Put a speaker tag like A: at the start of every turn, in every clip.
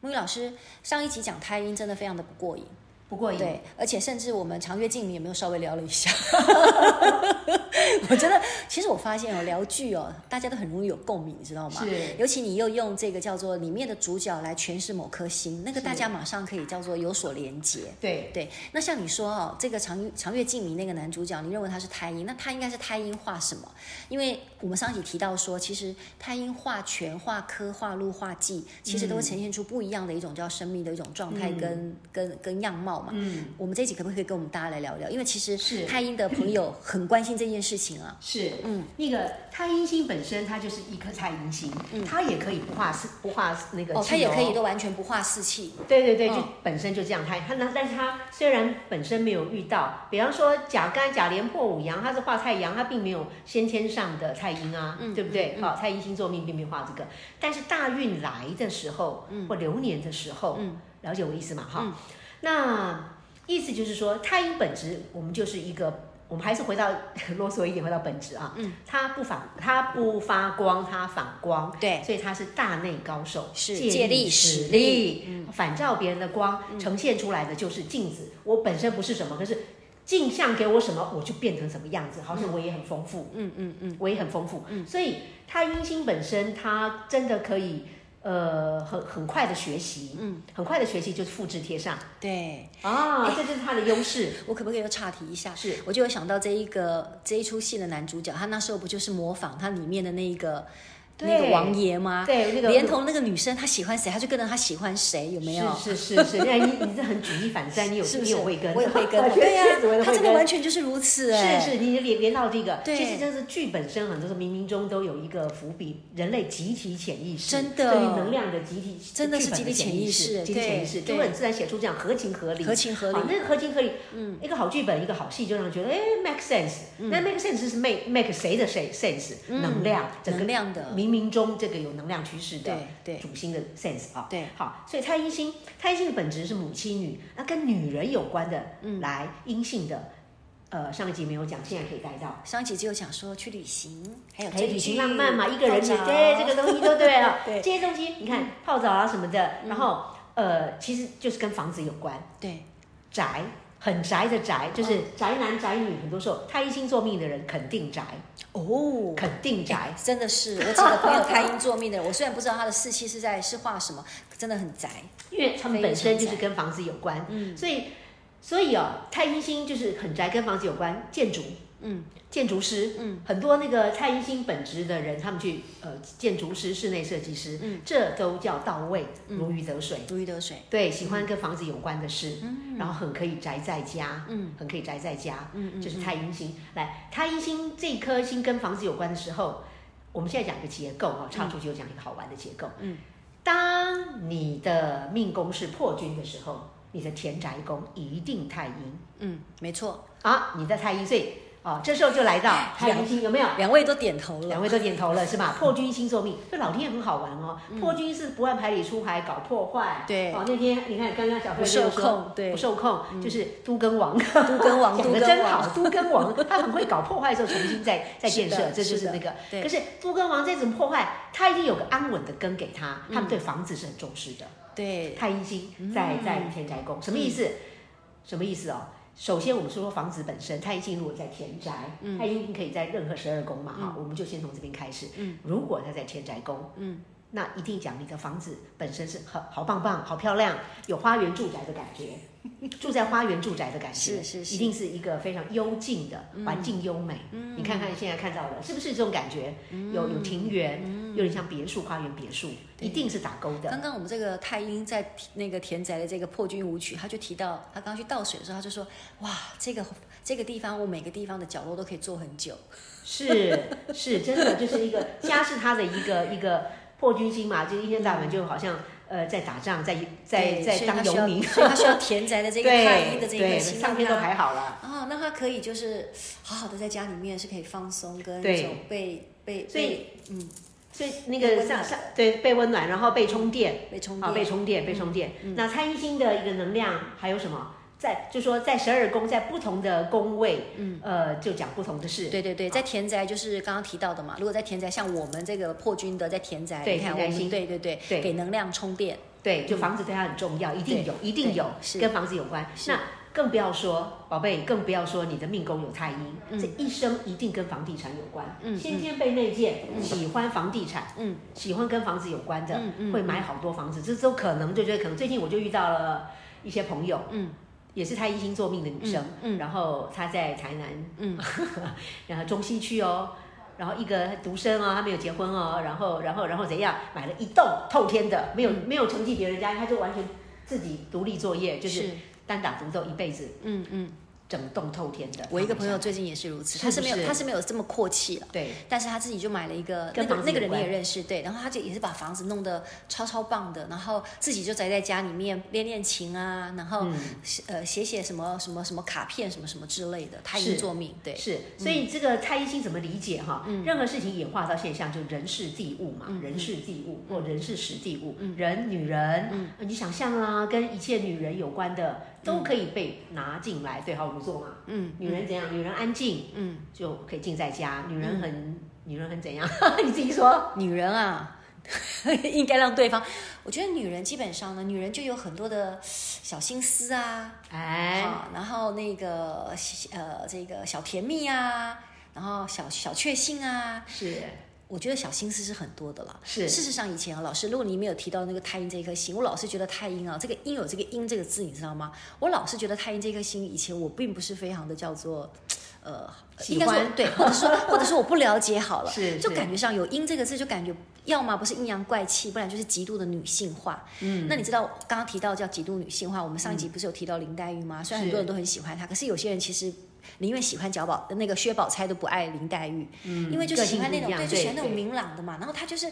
A: 木鱼老师，上一集讲胎音真的非常的不过瘾，
B: 不过瘾，
A: 对，而且甚至我们长月烬也没有稍微聊了一下。我觉得，其实我发现哦，聊剧哦，大家都很容易有共鸣，你知道吗？
C: 是
A: 尤其你又用这个叫做里面的主角来诠释某颗星，那个大家马上可以叫做有所连结。
C: 对，
A: 对，那像你说哦，这个长长月烬迷那个男主角，你认为他是胎音，那他应该是胎音画什么？因为我们上一集提到说，其实胎音画全、画科、画路、画技，其实都会
C: 嗯
A: 呈现出不一样的一种叫生命的一种状态跟、跟跟样貌嘛。
C: 嗯，
A: 我们这一集可不可以跟我们大家来聊聊？因为其
C: 是
A: 实太音的朋友很关心这件事情啊。
C: 是，嗯
A: 嗯，
C: 那个太阴星本身它就是一颗太阴星，它也可以不画是不画那个
A: 嗯哦，他
C: 气
A: 也可以都完全不画四气，
C: 对对对，
A: 嗯
C: 就本身就这样，他他那，但是他虽然本身没有遇到，比方说甲干甲连破五阳，他是画太阳，他并没有先天上的太阴啊，对不对？好、太阴星座命并没有画这个，但是大运来的时候，或流年的时候，了解我意思嘛？哈、那意思就是说，太阴本质我们就是一个。我们还是回到 啰嗦一点，回到本质啊。嗯，它不反，它不发光，它反光。
A: 对
C: 所以它是大内高手，
A: 是
C: 借
A: 借
C: 力
A: 力嗯
C: 使
A: 使
C: 力，反照别人的光，呈现出来的就是镜子。我本身不是什么，可是镜像给我什么，我就变成什么样子，好像我也很丰富，
A: 嗯嗯嗯，
C: 我也很丰富。所以他阴星本身，他真的可以。呃，很很快的学习，嗯，很快的学习就是复制贴上
A: 对
C: 啊，这就是他的优 势，
A: 我可不可以又岔题一下？
C: 是
A: 我就有想到这一个这一出戏的男主角，他那时候不就是模仿他里面的那一个那个
C: 对
A: 王爷吗？
C: 对，那个
A: 连同那个女生，他喜欢谁，他就跟着他喜欢谁，有没有？
C: 是是是是，那你你是很举一反三，你有
A: 是不
C: 你
A: 是？
C: 有慧根，
A: 我有慧
C: 我
A: 根，
C: 觉得
A: 对呀、
C: 是我有慧
A: 他这个
C: 根
A: 完全就是如此哎、
C: 是是，你连连到这个，
A: 对
C: 其实这是剧本身很多时候冥冥中都有一个伏笔，人类集体潜意识，
A: 真的
C: 对于能量的集体，
A: 真的是
C: 剧
A: 集
C: 本
A: 体潜意识
C: 集体潜意
A: 对
C: 识，就
A: 对
C: 会很自然写出这样合情合理，
A: 合情合理
C: 啊那个合情合理，嗯，一个好剧本，一个好戏，就让人觉得哎，make sense，那
A: 嗯
C: make sense 是 make make 谁的谁 sense，能量，整个
A: 能量的
C: 冥冥中这个有能量趋势的
A: 嗯对对
C: 主星的 sense 啊，
A: 对
C: 好，所以太阴星，太阴星的本质是母亲女，那跟女人有关的，
A: 嗯
C: 来阴性的。呃，上一集没有讲，现在可以带到。
A: 上一集只有讲说去旅行，还有
C: 还有
A: 追
C: 旅行
A: 剧
C: 浪漫嘛，一个人去，
A: 泡澡
C: 对这个东西都对了
A: 。对嗯
C: 这些东西你看泡澡啊什么的，然后呃，其实就是跟房子有关，
A: 对
C: 宅很宅的宅，就是
A: 哦
C: 宅男宅女，很多时候太阴星座命的人肯定宅，
A: 哦
C: 肯定
A: 宅。
C: 宅
A: 真的是，我几个朋友开音做命的人，我虽然不知道他的四气是在是画什么，真的很宅。
C: 因为他们本身就是跟房子有关，所以所以哦，太阴星就是很宅，跟房子有关，建筑，
A: 嗯，
C: 建筑师，嗯，很多那个太阴星本职的人，他们去呃，建筑师、室内设计师，嗯，这都叫到位，如鱼得水。
A: 如鱼得水，
C: 对，喜欢跟房子有关的事，然后很可以宅在家，嗯，很可以宅在家，嗯就是太阴星。来，太阴星这一颗星跟房子有关的时候，我们现在讲一个结构哦，插出去又讲一个好玩的结构，嗯，当你的命宫是破军的时候，你的田宅宫一定太阴
A: 嗯，没错，
C: 啊，你的太阴，所以哦，这时候就来到太阴 星，有没有？
A: 两位都点头
C: 两
A: 了。嗯
C: 位都点头了是吧？ 破军星座命，这老天很好玩哦。破军是不按牌理出牌，搞破坏。
A: 对
C: 哦，那天你看刚刚小飞
A: 不受
C: 就说
A: 控对嗯
C: 不受控，就是都跟王，
A: 都跟王，
C: 讲
A: 都
C: 的
A: 跟
C: 真好
A: 王，，
C: 都跟王，他很会搞破坏的时候重 新再再建
A: 是
C: 设，
A: 的
C: 这就是是
A: 的
C: 那个。
A: 对
C: 可是都跟王这种破坏，他一定有个安稳的根给他，
A: 嗯
C: 他们对房子是很重视的。
A: 对，
C: 太阴星
A: 嗯
C: 在在田宅宫，什么意思？什么意思哦？首先，我们说说房子本身，太阴星如果在田宅，
A: 嗯
C: 太阴星可以在任何十二宫嘛，哈、我们就先从这边开始。
A: 嗯
C: 如果它在田宅宫，那一定讲你的房子本身是好好棒棒、好漂亮，有花园住宅的感 觉，住在花园住宅的感觉，
A: 是是是嗯
C: 一定是一个非常幽静的环境优美。你看看现在看到的，是不是这种感觉？
A: 嗯
C: 有有庭园，有点像别墅、花园别墅，一定是打勾的。
A: 刚刚我们这个太英在提那个田宅的这个破军舞曲，他就提到他刚刚去倒水的时候，他就说：“哇，这个这个地方，我每个地方的角落都可以坐很久。
C: 是是，真的就是一个家是他的一个一个破军星嘛，就是一天到晚就好像呃在打仗，在在
A: 对
C: 在
A: 所以他
C: 当
A: 需
C: 游
A: 要，
C: 民，
A: 所以 他需要田宅的这个太
C: 对
A: 医的这
C: 对
A: 个心
C: 上天都排好了。
A: 哦，那他可以就是好好的在家里面是可以放松跟
C: 对
A: 一种被被
C: 所以
A: 被嗯
C: 所以
A: 被
C: 那个
A: 温
C: 上
A: 暖
C: 上对被温暖，然后被充电，
A: 被充
C: 啊，
A: 电，嗯
C: 被充电，被充电。那蔡一星的一个能量还有什么？在就说在十二宫，在不同的宫位，嗯，呃，就讲不同的事。
A: 对对对，在田宅就是刚刚提到的嘛。如果在田宅，像我们这个破军的在田宅，
C: 对
A: 你看
C: 田宅
A: 我们
C: 星
A: 对对对，
C: 对
A: 给能量充电，
C: 对，就房子对他很重要，一定有，一定有
A: 嗯对是
C: 跟房子有关。
A: 是
C: 那更不要说，宝贝，更不要说你的命宫有太阴，这一生一定跟房地产有关。
A: 嗯
C: 先天被内建，喜欢房地产，
A: 嗯，
C: 喜欢跟房子有关的
A: 嗯，嗯
C: 会买好多房子，这都可能，对对，可能。最近我就遇到了一些朋友，
A: 嗯，
C: 也是太阴星座命的女生，
A: 嗯嗯
C: 然后她在台南，
A: 嗯，
C: 然后中西区哦。然后一个独生哦，她没有结婚哦，然后然后然后怎样，买了一栋透天的，没有、
A: 嗯
C: 没有承继别人家，她就完全自己独立作业，就是单打独斗一辈子，
A: 嗯嗯。
C: 整栋透天的。
A: 我一个朋友最近也是如此，
C: 是
A: 他是没有
C: 不是
A: 他是没有这么阔气了。
C: 对
A: 但是他自己就买了一个，那
C: 跟
A: 个
C: 房
A: 那
C: 子
A: 个
C: 有
A: 人你
C: 关
A: 也认识，对，然后他就也是把房子弄得超超棒的，然后自己就宅在家里面练练琴啊，然后、
C: 嗯
A: 呃写写什么什么什么卡片什么什么之类的，他已
C: 是
A: 经做命，对，嗯
C: 是，所以这个蔡依星怎么理解哈？任何事情演化到现象，就人事地物
A: 嗯
C: 嘛，人事地物或人事时地物，人女人，
A: 嗯
C: 呃你想象啦，跟一切女人有关的都可以被拿进来对号入座嘛。
A: 嗯
C: 女人怎样？女人安静
A: 嗯，
C: 就可以静在家，女人很女人很怎样？ 你自己说。
A: 女人啊， 应该让对方。我觉得女人基本上呢，女人就有很多的小心思啊，
C: 哎，
A: 啊，然后那个呃，这个小甜蜜啊，然后小小确幸啊，
C: 是
A: 我觉得小心思是很多的啦。
C: 是
A: 事实上，以前啊，老师，如果你没有提到那个太阴这一颗星，我老是觉得太阴啊，这个阴有这个阴这个字，你知道吗？我老是觉得太阴这颗星，以前我并不是非常的叫做，呃，
C: 喜
A: 应该
C: 欢
A: 说对，或者说或者说我不了解好了，
C: 是
A: 就是感觉上有阴这个字，就感觉要么不是阴阳怪气，不然就是极度的女性化。嗯，那你知道刚刚提到叫极度女性化，我们上一集不是有提到林黛玉吗？虽然很
C: 嗯是
A: 多人都很喜欢她，可是有些人其实。宁愿喜欢贾宝那个薛宝钗都不爱林黛玉，因为就
C: 嗯个
A: 喜
C: 性
A: 欢
C: 不
A: 那
C: 一
A: 种
C: 样
A: 对，就
C: 对
A: 喜欢那种
C: 对
A: 明朗的嘛。然后她就是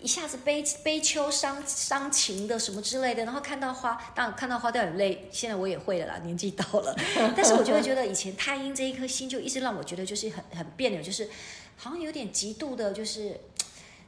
A: 一下子悲悲秋伤伤情的什么之类的，然后看到花，当然看到花掉眼泪，现在我也会了啦，年纪到了。 但是我就会觉得以前太阴这一颗心就一直让我觉得就是很很别扭，就是好像有点极度的，就是。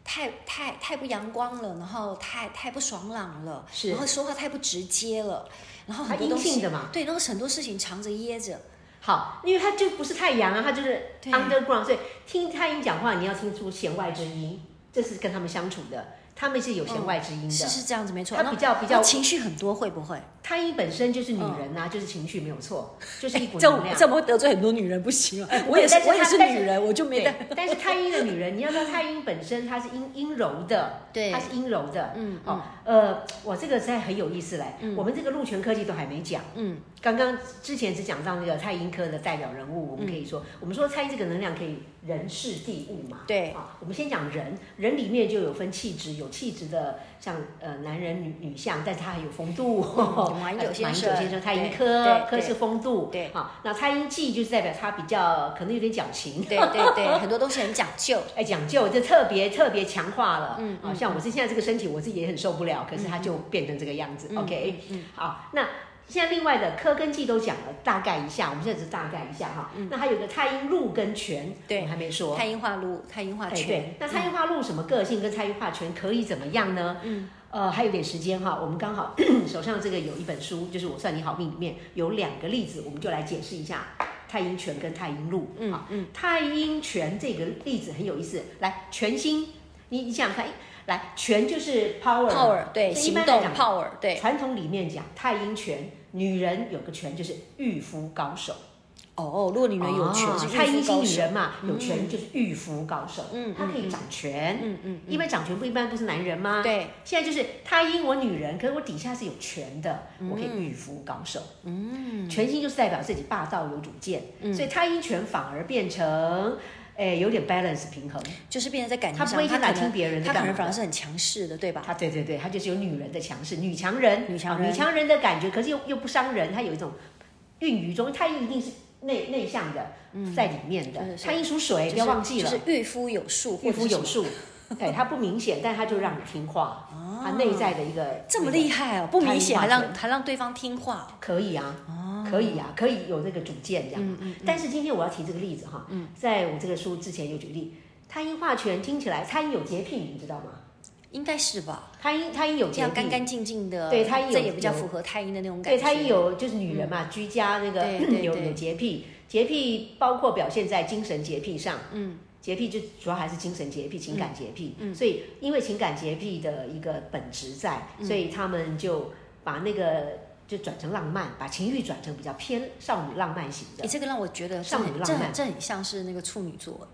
A: 太太太不阳光了，然后太太不爽朗了，
C: 是
A: 然后说话太不直接了，然后很
C: 它
A: 多
C: 阴
A: 东西
C: 性的嘛
A: 对，然后很多事情藏着掖着，
C: 好，因为它就不是太阳啊，它就是
A: 对
C: underground，所以听太阴讲话，你要听出弦外之音，这是跟他们相处的，他们是有弦外之音的。
A: 是是这样子没错。
C: 它
A: 然后
C: 比较比较
A: 然后情绪很多，会不会？
C: 太阴本身就是女人
A: 哦
C: 呐、就是情绪没有错，就 是一股
A: 这
C: 能
A: 样
C: 量。哎
A: 这样会得罪很多女人，不行啊！我也是
C: 但是
A: 我也是
C: 但是
A: 女人，我就没
C: 对
A: 带。，
C: 但是太阴的女人，你要知道太阴本身她是阴阴柔的，
A: 对
C: 她是阴柔的。
A: 嗯
C: 哦，呃，我这个实在很有意思嘞。我们这个陆泉科技都还没讲，
A: 嗯，
C: 刚刚之前只讲到那个蔡英科的代表人物，我们可以说，我们说蔡英这个能量可以人事地物嘛，
A: 对
C: 啊，我们先讲人，人里面就有分气质，有气质的像呃男人女女相，但是他还有 风度，哦
A: 嗯马英九先生
C: 马英九先生蔡英
A: 对
C: 科
A: 对
C: 科是风度，
A: 对
C: 啊，那蔡英记就是代表他比较可能有点矫情，
A: 对对对，很多东西很讲究。
C: 哎，讲究就特别特别强化了，
A: 嗯
C: 啊，像我是现在这个身体，我自己也很受不了，可是它就变成这个样子、
A: 嗯
C: o k
A: 嗯嗯
C: 好，那现在另外的科跟技都讲了，大概一下，我们现在只是大概一下哈，那还有个太阴禄跟权，
A: 嗯对
C: 我们还没说，
A: 太阴化禄，太阴化
C: 哎
A: 权
C: 对，，那
A: 嗯
C: 蔡依化禄什么个性跟蔡依化权可以怎么样呢？嗯，呃，还有点时间哈，我们刚好 手上这个有一本书，就是《我算你好命》里面有两个例子，我们就来解释一下太阴权跟太阴禄。
A: 嗯
C: 好太阴权这个例子很有意思，来全心，你你想想看，来全就是 power
A: ，power 对，
C: 所以一
A: 行
C: 般
A: 动
C: 来讲
A: power 对，
C: 传统里面讲太阴权，女人有个权就是御夫高手。
A: 哦，如果女人有权
C: 哦
A: 是
C: 太阴
A: 御夫
C: 星
A: 高
C: 女
A: 手，
C: 人嘛，有权就是御夫高手，
A: 嗯
C: 她可以掌权，
A: 嗯嗯，
C: 一般掌权不一般不是男人吗？，
A: 对，
C: 现在就是太阴我女人，可是我底下是有权的，
A: 嗯
C: 我可以御夫高手，嗯，权星就是代表自己霸道有主见，
A: 嗯
C: 所以太阴权反而变成，哎，有点 balance 平衡，
A: 就是变成在感情
C: 她不
A: 上，
C: 会
A: 她
C: 去打
A: 可能
C: 听别人的
A: 她
C: 干
A: 可能
C: 嘛
A: 反而是很强势的，对吧？
C: 她对对对，她就是有女人的强势，女强人，
A: 女强
C: 啊
A: 人
C: 女强人的感觉，可是又又不伤人，她有一种孕于中，太阴一定是内内
A: 嗯
C: 向的，在里面的
A: 是，是
C: 太阴属水，
A: 就是
C: 不要忘记了
A: 就。是御夫有术，
C: 御夫有
A: 术，
C: 术，哎，它不明显，但它就让你听话，它内在的一个
A: 哦这么
C: 那个
A: 厉害哦，不明显还
C: 太厉
A: 让
C: 害
A: 还让对方听话哦，嗯
C: 可以啊，可以啊，可以有那个主见这样。但是今天我要提这个例子哈，在我这个书之前有举例，他因化权听起来，他因有洁癖，你知道吗？
A: 应该是吧？
C: 他因他因有
A: 这
C: 洁
A: 样干
C: 癖，
A: 干净净的，
C: 对他也有
A: 这也比较
C: 有
A: 符合太阴的那种感
C: 对
A: 觉。嗯
C: 他因有就是女人嘛，居家那个
A: 对 对
C: 有
A: 对
C: 有洁癖，洁癖包括表现在精神洁癖上，
A: 嗯，
C: 洁癖就主要还是精神洁癖、情感洁癖，所以因为情感洁癖的一个本质在，
A: 嗯
C: 所以他们就把那个就转成浪漫，把情欲转成比较偏少女浪漫型的
A: 哎，。这个让我觉得这
C: 少女
A: 很
C: 浪
A: 这很
C: 漫
A: 这很像是那个处女座，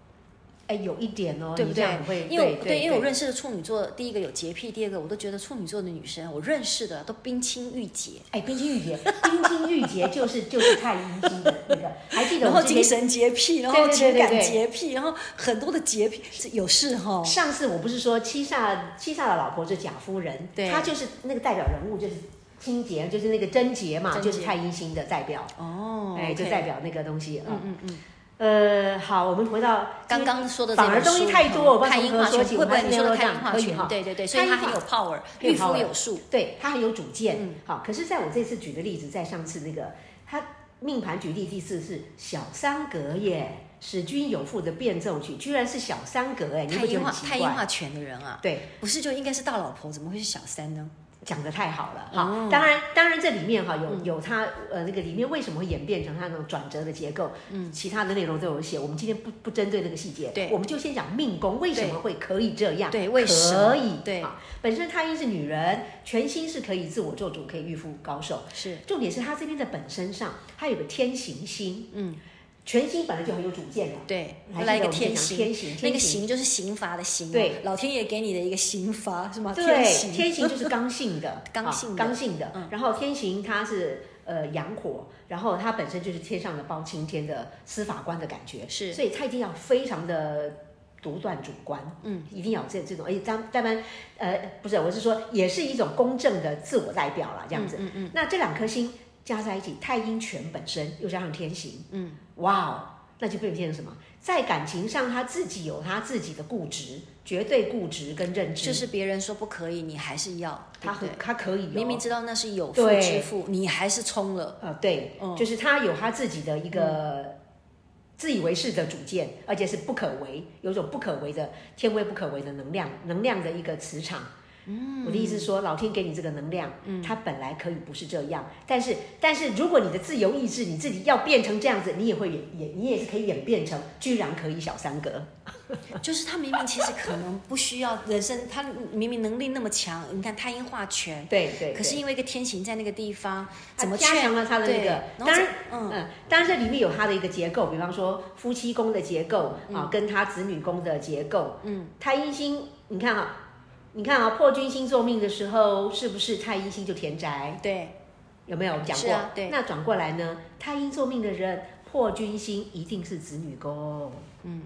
C: 哎，有一点哦，
A: 对不
C: 你这样会
A: 对？因为我
C: 对
A: 对，因为我认
C: 识
A: 识的处女座，第一个有洁癖，第二个我都觉得处女座的女生，我认识的都冰清玉洁，
C: 哎，冰清玉洁， 冰清玉洁就是就是太阴精的那个，还记得
A: 然
C: 我
A: 后
C: 们之
A: 精
C: 前
A: 神洁癖，然
C: 对
A: 后
C: 对
A: 情
C: 对
A: 感
C: 对
A: 洁癖，然后很多的洁癖是有事哈。
C: 上次我不是说七煞七煞的老婆就是贾夫人，
A: 对
C: 她就是那个代表人物，就是清洁，就是那个贞洁嘛，
A: 贞洁
C: 就是太阴星的代表，
A: 哦
C: 哎，就
A: OK
C: 代表那个东西啊。
A: 嗯嗯嗯，
C: 呃，好，我们回到
A: 刚刚说的这
C: 反
A: 本
C: 而东西
A: 书
C: 太多，我不知道
A: 太
C: 从
A: 阴
C: 何
A: 化
C: 说
A: 权，
C: 起，
A: 会不会你说的太
C: 太
A: 阴化
C: 可以哈
A: 权？？对对对，所以
C: 太阴
A: 它很有
C: 化
A: power，
C: 很有
A: 御夫
C: power
A: 有术，
C: 对他很有主见。
A: 嗯
C: 好，可是在我这次举的例子，在上次那个他命盘举例第四是小三格耶，使君有妇的变奏曲，居然是小三格哎，你
A: 太
C: 不觉
A: 阴
C: 得
A: 化
C: 很奇
A: 太阴
C: 怪？
A: 化权的人啊，
C: 对，
A: 不是就应该是大老婆，怎么会是小三呢？
C: 讲的太好了哈、
A: 哦
C: 当然，当然这里面哈
A: 嗯
C: 有有它呃那个里面为什么会演变成它那种转折的结构，嗯，其他的内容都有写，我们今天不不针对那个细节，
A: 对
C: 我们就先讲命宫为什么会可以这样，
A: 对为什么
C: 可以
A: 对
C: 啊？本身太阴是女人，全心是可以自我做主，可以御夫高手，
A: 是
C: 重点是他这边的本身上，他有个天行星，
A: 嗯，
C: 全星本来就很有主见了，
A: 对，
C: 还记得
A: 来一个
C: 我们
A: 天
C: 讲
A: 刑，
C: 天刑
A: 那个
C: 天刑
A: 刑就是刑罚的刑，
C: 对，
A: 老天爷给你的一个刑罚是吗？
C: 对，
A: 刑，，
C: 天行就是刚性的
A: 刚性的
C: 啊 刚性的。然后天行它是呃阳火，然后它本身就是天上的包青天的司法官的感觉，
A: 是
C: 所以他一定要非常的。独断主观，嗯，一定要有这这种，而且当当然，呃，不是，我是说，也是一种公正的自我代表啦，这样子。嗯嗯那这两颗星加在一起，太阴权本身又加上天行，嗯，哇哦，那就变成什么？在感情上，他自己有他自己的固执，绝对固执跟认知，
A: 就是别人说不可以，你还是要，
C: 他
A: 对
C: 很
A: 不对
C: 他可以、哦、
A: 明明知道那是有妇
C: 对
A: 之夫，你还是冲 了。
C: 呃对，
A: 嗯
C: 就是他有他自己的一个自以为是的主见，而且是不可为，有种不可为的天威不可为的能量，能量的一个磁场。嗯，我的意思是说，老天给你这个能量，嗯，它本来可以不是这样，但是但是如果你的自由意志，你自己要变成这样子，你也会演演，你也是可以演变成居然可以小三格。
A: 就是他明明其实可能不需要人生，他明明能力那么强，你看太阴化权，
C: 对对
A: 可是
C: 对
A: 因为一个天行在那个地方，
C: 它
A: 怎么
C: 加强
A: 劝？
C: 了他的那
A: 对
C: 个，
A: 然后
C: 当然
A: 怎嗯，
C: 嗯，当然这里面有它的一个结构，比方说夫妻宫的结构
A: 嗯
C: 啊，跟他子女宫的结构，嗯，太阴星，你看啊，你看啊，破军星做命的时候，是不是太阴星就田宅？
A: 对，
C: 有没有讲
A: 是
C: 过？
A: 啊对
C: 那转过来呢，太阴做命的人，破军星一定是子女宫，
A: 嗯，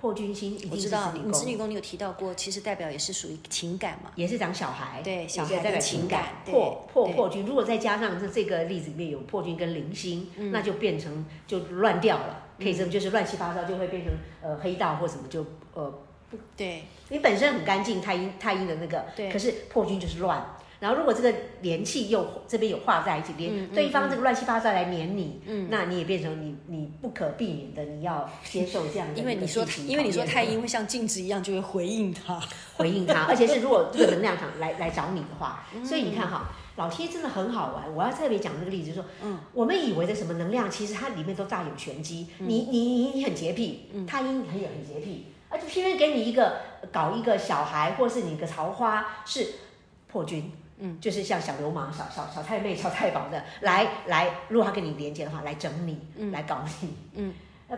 C: 破军星一
A: 我
C: 定是
A: 知
C: 子
A: 道
C: 女
A: 你
C: 宫，
A: 子女宫你有提到过，其实代表也是属于情感嘛，
C: 也是讲小孩，
A: 对小孩
C: 也是代
A: 的
C: 表情
A: 情
C: 感
A: 感，
C: 破
A: 对
C: 破
A: 对
C: 破军，如果再加上这这个例子里面有破军跟零星，
A: 嗯
C: 那就变成就乱掉了，可以这么就是乱七八糟，就会变成呃黑道或什么就呃，
A: 对，
C: 你本身很干净，太阴太阴的那个，
A: 对
C: 可是破军就是乱。然后，如果这个连气又这边有画在一起，
A: 嗯
C: 连对方这个乱七八糟来黏你，那你也变成你你不可避免的，你要接受这样的一个
A: 因为你说
C: 剧情
A: 因为你说
C: 考验
A: 太阴会像镜子一样就会回应他，
C: 回应他，而且是如果这个能量场来来找你的话，
A: 嗯
C: 所以你看哈，老天真的很好玩。我要特别讲这个例子，就是说，嗯，我们以为的什么能量，其实它里面都大有玄机。
A: 嗯
C: 你你你你很洁癖，他因你很也很洁癖，而且偏偏给你一个搞一个小孩，或是你一个桃花是破军。嗯，就是像小流氓、小小小太妹、小太保的，来来，如果他跟你连接的话，来整你，来搞你，嗯，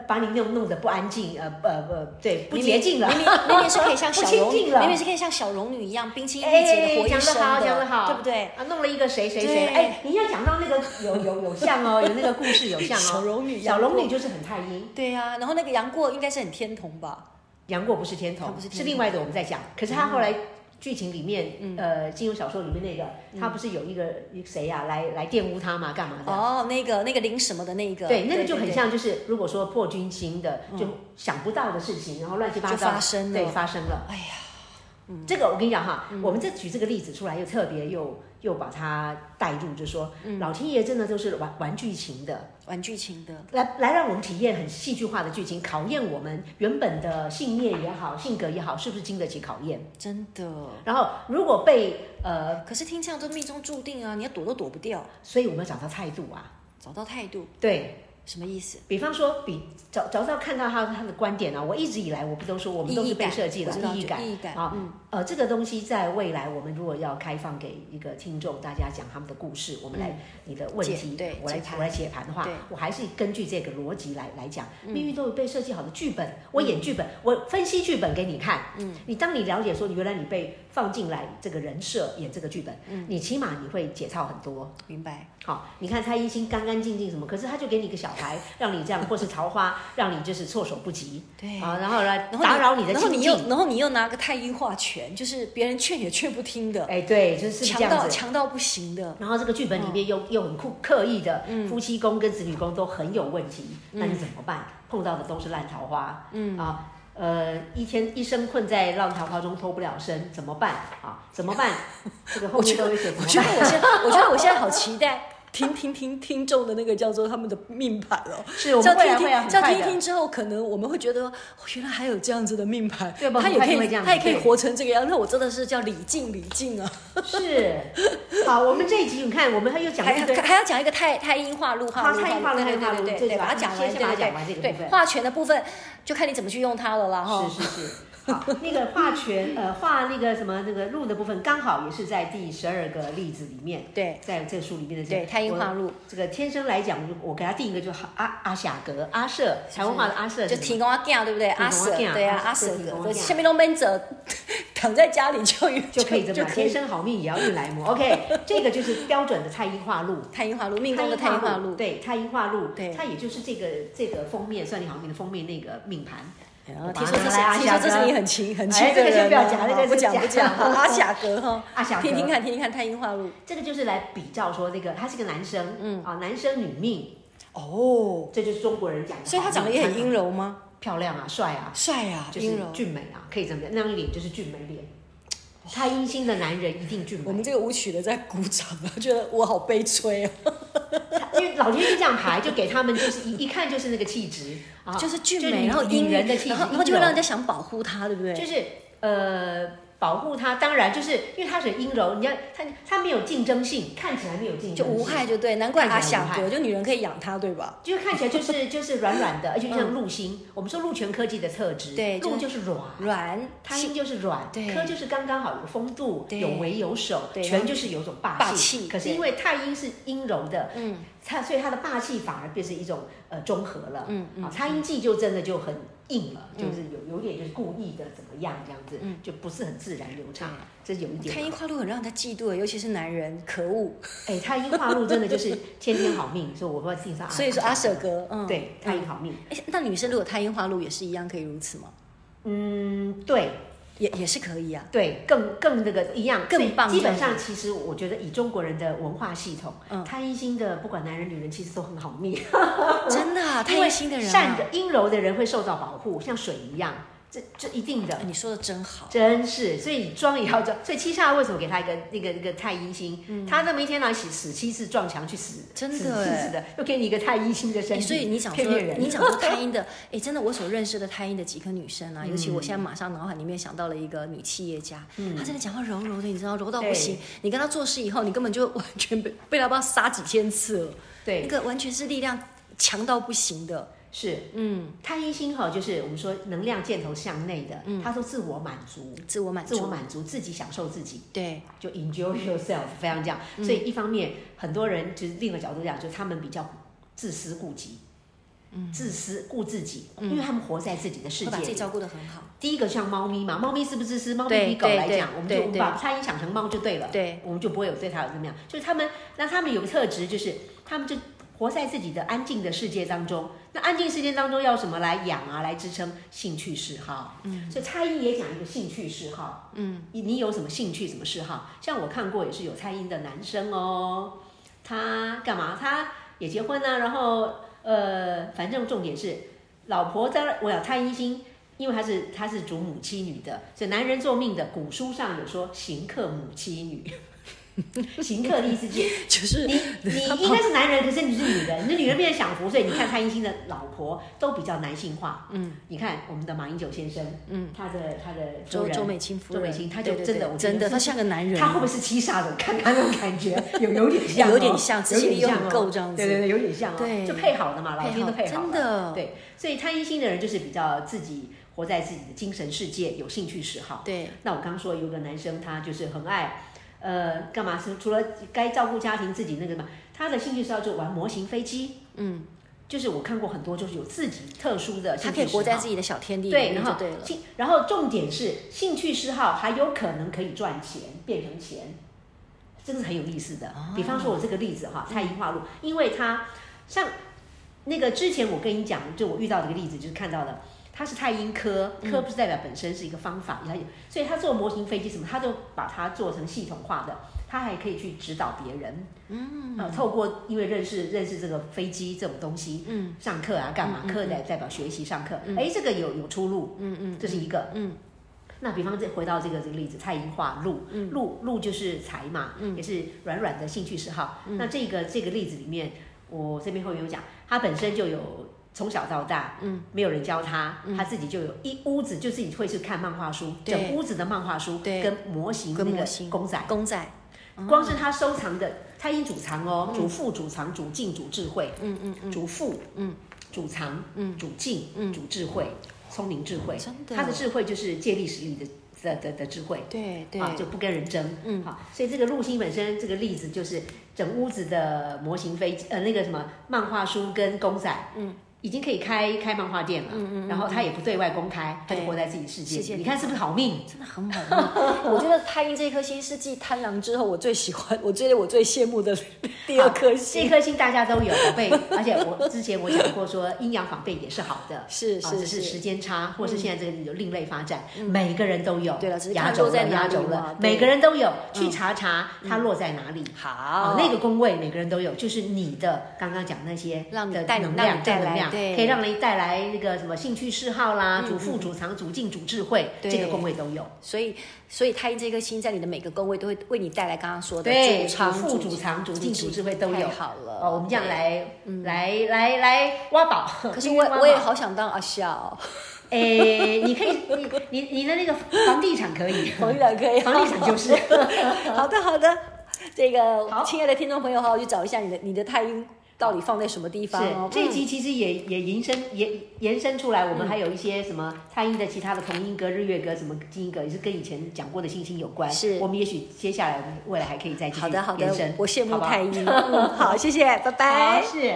C: 把你弄弄得不安静，呃呃呃，对，不洁净了，
A: 明明明明是可以像
C: 不
A: 小
C: 清
A: 龙，
C: 净了哎
A: 明明是可以像小龙女一样冰清玉洁的活
C: 讲
A: 一
C: 得
A: 生
C: 好，讲得好，
A: 对不对？？
C: 啊，弄了一个谁谁谁，
A: 对
C: 哎，你要讲到那个有有有 像哦，有那个故事有像
A: 小
C: 哦。
A: 龙女，
C: 小龙女，就是很太阴，
A: 对呀，然后那个杨过应该是很天童吧？
C: 杨过不是天
A: 她
C: 童
A: 不是，天
C: 是
A: 童嗯
C: 另外的我们在讲。可是他后来剧情里面，呃，金庸小说里面那个，他不是有一个谁呀来来玷污他嘛，干嘛的？
A: 嗯哦，那个那个林什么的那个，
C: 对，那个就很
A: 对嗯
C: 像，就是如果说破军星的，就想不到的事情，然后乱七八
A: 就
C: 糟
A: 发生了嗯
C: 对，发生了。
A: 哎呀，
C: 这个我跟你讲哈，我们这举这个例子出来，又特别又又把它带入，就说、
A: 嗯
C: 老天爷真的都是玩玩剧情的，
A: 玩剧情的，
C: 来来让我们体验很戏剧化的剧情，考验我们原本的信念也好，性格也好，是不是经得起考验。
A: 真的。
C: 然后如果被呃，
A: 可是听这样都命中注定啊，你要躲都躲不掉，
C: 所以我们要找到态度啊，
A: 找到态度
C: 对，
A: 什么意思？
C: 比方说，比早早知道看到他他的观点啊，我一直以来我不都说我们都
A: 意义
C: 是被
A: 感
C: 设计
A: 我知道
C: 了意义
A: 就
C: 感
A: 意义感嗯
C: 啊，呃，这个东西在未来我们如果要开放给一个听众，大家讲他们的故事，我们来、你的问
A: 嗯解
C: 题
A: 对，
C: 我来
A: 解盘
C: 我来解盘的话
A: 对，嗯
C: 我还是根据这个逻辑来来讲，命运都有被设计好的剧本，我演剧本，我分析剧本给你看，嗯，你当你了解说你原来你被放进来这个人设演这个剧本，嗯，你起码你会解套很多，
A: 明白？
C: 好，你看蔡依欣干干净净什么，可是他就给你一个小孩，让你这样，或是桃花，让你就是措手不及
A: 对
C: 啊，然后来
A: 然后
C: 打扰你的
A: 然后
C: 清
A: 你
C: 静
A: 又，。然后你又拿个太阴化权，就是别人劝也劝不听的，
C: 哎，对，就是这
A: 强
C: 样
A: 到
C: 子。
A: 强嗯到不行 的，
C: 然后这个剧本里面又、又很酷刻意的，
A: 嗯
C: 夫妻宫跟子女宫都很有问题，那你怎么办？碰到的都是烂桃花，嗯啊。呃，一天一生困在烂桃花中脱不了身，怎么办啊？怎么办？ 这个后面都会写怎
A: 我
C: 么
A: 觉得
C: 办？
A: 我现在，我觉得我现在好期待。听听听听众的那个叫做他们的命盘哦，
C: 是我们
A: 这样
C: 未来
A: 听
C: 会啊
A: 听，
C: 很
A: 这样
C: 快
A: 听
C: 的
A: 听之后，可能我们会觉得、哦原来还有这样子的命盘，
C: 对吧
A: 他也
C: 很
A: 可
C: 快就会
A: 以
C: 这样子
A: 他也可以
C: 对
A: 活成这个样，那我真的是叫礼敬礼敬啊，
C: 是，好，我们这一集你看，我们还又讲了
A: 还
C: 一堆
A: 还还要讲一个太太阴化入化
C: 好
A: 入
C: 太阴化入
A: 对
C: 化
A: 对
C: 入
A: 对对
C: 这
A: 对，
C: 个
A: 把它讲完，
C: 先
A: 对
C: 把它
A: 对
C: 讲完这个
A: 对，
C: 部
A: 对
C: 分
A: 化权的部分就看你怎么去用它了啦哈。
C: 是是是，好，那个画权呃画那个什么那个路的部分，刚好也是在第十二个例子里面，
A: 对
C: 在这书里面的这个
A: 对，太阴化入
C: 我这个天生来讲，我就我给他定一个就好阿阿夏格阿舍，台湾话的阿舍
A: 就提供阿囝，对不对？阿
C: 供
A: 舍
C: 我囝
A: 对啊，
C: 阿
A: 阿舍
C: 对提供我
A: 对
C: 囝
A: 下面都闷着， 躺在家里就
C: 就可以这
A: 就
C: 么讲
A: 可
C: 天
A: 以。
C: 生好命也要运来 磨。OK，这个就是标准的蔡依画路。
A: 太阴化路，命宫的太
C: 太
A: 阴
C: 阴
A: 化路，
C: 对，太阴化路，
A: 对
C: 它也就是这个这个封面《算你好命》的封面那个命盘。
A: 然后
C: 我把
A: 哎听说这
C: 它
A: 是
C: 拿来阿
A: 听说
C: 霞
A: 这是
C: 哥
A: 你很亲 很亲
C: 哎
A: 的
C: 这个先
A: 人
C: 不要
A: 哦
C: 讲
A: 好
C: 这个
A: 不
C: 是
A: 讲不
C: 假
A: 讲， 好阿霞格哈，
C: 阿霞格
A: 听听看听听看太阴化路
C: 这个就是来比较说，那个他是个男生，嗯啊，男生女命，
A: 哦，
C: 这就是中国人讲的好命。
A: 所以他长得也很
C: 传统
A: 阴柔吗？
C: 漂亮啊，帅啊，
A: 帅啊，
C: 就是
A: 阴柔。
C: 俊美啊，可以怎么样？那张脸就是俊美脸。太阴性的男人一定俊
A: 我们
C: 美，
A: 这个舞曲的在鼓掌啊，觉得我好悲催啊，
C: 因为老天爷这样排，就给他们就是一一看就是那个气质啊，
A: 就是俊
C: 就
A: 美，
C: 女
A: 然后
C: 女
A: 阴
C: 人的气质，
A: 然后然后就会让人
C: 家
A: 家想保护他，对不对？
C: 就是呃保护她，当然就是因为她很阴柔，你要她她没有竞争性，看起来没有竞争性，
A: 就无害就对，难怪阿啊
C: 看起来无
A: 霞
C: 害
A: 哥，就女人可以养它，对吧？
C: 就看起来就是 就是软软的，而且就像鹿心，我们说鹿泉科技的特质，
A: 嗯对
C: 鹿
A: 就
C: 就是软。
A: 软，
C: 它音就是软，
A: 对
C: 科就是刚刚好有风度，
A: 对
C: 有为有守，
A: 对
C: 权就是有种霸气。
A: 霸气
C: 可是
A: 对
C: 因为太阴是阴柔的，
A: 嗯，
C: 它所以它的霸气反而变成一种呃中和了。
A: 嗯
C: 啊，太阴记就真的就很硬了，就是有有点就是故意的怎么样这样子，
A: 嗯
C: 就不是很自然流畅，这有一点
A: 太。阴化路很让人家嫉妒，尤其是男人，可恶。
C: 哎，太阴化路真的就是天天好命，所以我会定上。啊
A: 所以说阿舍，哥，嗯，
C: 对，太阴好命，
A: 哎，那女生如果太阴化路也是一样可以如此吗？
C: 嗯，对，
A: 也也是可以啊。
C: 对，更更那个一样，
A: 更
C: 所以
A: 棒
C: 基本
A: 这样
C: 上，其实我觉得以中国人的文化系统，
A: 嗯
C: 太阴星的不管男人女人，其实都很好命。
A: 真的、啊，太阴星的人、啊，
C: 呃善的阴柔的人会受到保护，像水一样，这这一定的
A: 哎，你说的真好。
C: 真是。所以装也要装。 所以七煞为什么给他一个那个那个太阴星？他那么一天到晚死死七次撞墙去死，
A: 嗯真的
C: 死
A: 哎
C: 死的，又给你一个太阴星的身
A: 哎
C: 体，
A: 所以你想
C: 骗
A: 说
C: 骗，人
A: 你想 说太阴的，哎，真的，我所认识的太阴的几个女生啊，尤其我现在
C: 嗯
A: 马上脑海里面想到了一个女企业家，她真的讲话柔柔的，你知道，柔到不行
C: 对。
A: 你跟她做事以后，你根本就完全被被她不知道杀几千次了，那
C: 对
A: 个完全是力量强到不行的。
C: 是
A: 嗯，
C: 太阴星哈，就是我们说能量箭头向内的，他说自我满足，
A: 自嗯我满
C: 自我
A: 足，
C: 满足，自己享受自己。
A: 对，
C: 就 enjoy yourself，非常这样。
A: 嗯
C: 所以一方面，很多人就是另一个角度讲，就是他们比较自私顾及，自私顾自己，因为他们活在自己的世
A: 嗯会把自
C: 界
A: 己
C: 里。
A: 照顾得很好。
C: 第一个像猫咪嘛，猫咪是不是自私？猫咪
A: 对
C: 比狗来
A: 对
C: 讲，我们就
A: 对
C: 我们
A: 对
C: 把它一想成猫就对了，
A: 对，
C: 我们就不会有对它有怎么样。就是他们，那他们有个特质，就是他们就活在自己的安静的世界当中。那安静世界当中要什么来养啊，来支撑兴趣嗜好？嗯，所以蔡依也讲一个兴趣嗜好，你你有什么兴趣、什么嗜好？像我看过也是有蔡英的男生哦，他干嘛？他也结婚啊，然后呃，反正重点是老婆在我想蔡依星因为她是她是主母妻女的，所以男人做命的古书上有说行克母妻女，行克的意思就是
A: 就是
C: 你你应该是男人，可是你是女人，那女人变成享福，所以你看蔡英新的老婆都比较男性化。嗯，你看我们的马英九先生，嗯，他的他的
A: 周
C: 人
A: 周美清夫人，
C: 周美清她就
A: 对对
C: 真的
A: 对
C: 我觉得
A: 真的，
C: 是
A: 她像个男人，
C: 他会不会是七煞的？看他那种感觉，有有点像哦、
A: 有点像自
C: 有
A: 信
C: 点
A: 力又
C: 像
A: 很
C: 哦
A: 够这样子
C: 对对对，有点像哦，
A: 对
C: 就配好了嘛，老天都配好了，
A: 真的
C: 对，所以贪心的人就是比较自己活在自己的精神世界，有兴趣嗜好。
A: 对
C: 那我刚刚说有个男生，他就是很爱，呃，干嘛？除除了该照顾家庭自己那个嘛，他的兴趣嗜好就玩模型飞机。
A: 嗯，
C: 就是我看过很多，就是有自己特殊的兴
A: 她可
C: 趣
A: 以活在
C: 嗜好
A: 自己的小天地里
C: 对，
A: 面
C: 然
A: 就
C: 后
A: 对了。
C: 兴，然后重点是兴趣嗜好还有可能可以赚钱，变成钱，这个是很有意思的。
A: 哦
C: 比方说，我这个例子哈，蔡依化路，因为他像那个之前我跟你讲，就我遇到的一个例子，就是看到了。他是太阴科，
A: 嗯
C: 科不是代表本身是一个方法，也还有所以他做模型飞机什么，他就把它做成系统化的，他还可以去指导别人，嗯，呃，透过因为认识认识这个飞机这种东西，嗯，上课啊干嘛，课代代表学习上课，哎、这个有有出路，嗯嗯，这是一个，嗯。那比方这回到这个这个例子，蔡依化路，路路就是财嘛，也是软软的兴趣嗜好。那这个这个例子里面，我这边会有讲，他本身就有从小到大，嗯，没有人教他，他自己就有一屋子，就自己会去看漫画书，
A: 对
C: 整屋子的漫画书
A: 对
C: 跟模型那
A: 跟模
C: 个
A: 型
C: 公仔，
A: 公仔，
C: 光是他收藏的，他因主藏哦，主父、主藏、主敬、主智慧，嗯嗯嗯，主父，嗯，主藏，嗯，主敬，嗯，主智慧，聪明智慧，
A: 真的
C: 他的智慧就是借力使力的的的的智慧，
A: 对对
C: 啊，就不跟人争，嗯，好，所以这个陆星本身这个例子就是整屋子的模型飞机，呃，那个什么漫画书跟公仔，嗯。已经可以开开漫画店了，嗯嗯然后他也不对外公开，他就
A: 对
C: 活在自己世界
A: 世界里
C: 里。你看是不是好命？
A: 真的很好用。 我觉得太阴这颗星是继贪狼之后，我最喜欢，我觉得我最羡慕的第二颗
C: 这
A: 星。
C: 颗星大家都有，宝贝。 而且我之前我讲过说，阴阳反背也是好的，
A: 是
C: 啊
A: 是
C: 只
A: 是
C: 是
A: 嗯
C: 时间差，或是现在这个有另类发展，每个人都有。
A: 对了只是
C: 压
A: 看
C: 轴
A: 落在
C: 了，
A: 哪
C: 压
A: 里
C: 轴
A: 嘛
C: 了，
A: 对嗯
C: 每个人都有。去查查它落在哪里。啊
A: 好
C: 那个宫位每个人都有，就是你的刚刚讲那些
A: 让你
C: 的
A: 带
C: 能
A: 让你
C: 量
A: 带
C: 正能
A: 来
C: 量，
A: 对嗯
C: 可以让人带来那个什么兴趣嗜好啦，主妇主藏主敬主智慧，
A: 对
C: 这个宫位都有。
A: 所以，所以太阴这颗星在你的每个宫位都会为你带来刚刚说的
C: 对，
A: 主仓、
C: 副主藏、主进、主智慧都有。
A: 太好了，
C: 哦，我们这样来来来来挖宝。
A: 嗯可
C: 可
A: 是我我也好想当啊阿 笑，
C: 诶，你可以，你你你的那个房地产可以，
A: 冯玉兰可以，
C: 房地产就是。
A: 好的好的。这个
C: 好
A: 亲爱的听众朋友，好好去找一下你的你的太阴到底放在什么地方
C: 是
A: 哦。嗯
C: 这一集其实也也延伸延延伸出来，我们还有一些什么太阴的其他的同音格、日月格、什么金音格，也是跟以前讲过的星星有关。
A: 是
C: 我们也许接下来我们未来还可以再继续
A: 嗯好的好的
C: 延伸。，
A: 我羡慕
C: 好不好
A: 太阴。嗯好，谢谢，拜拜
C: 好。是。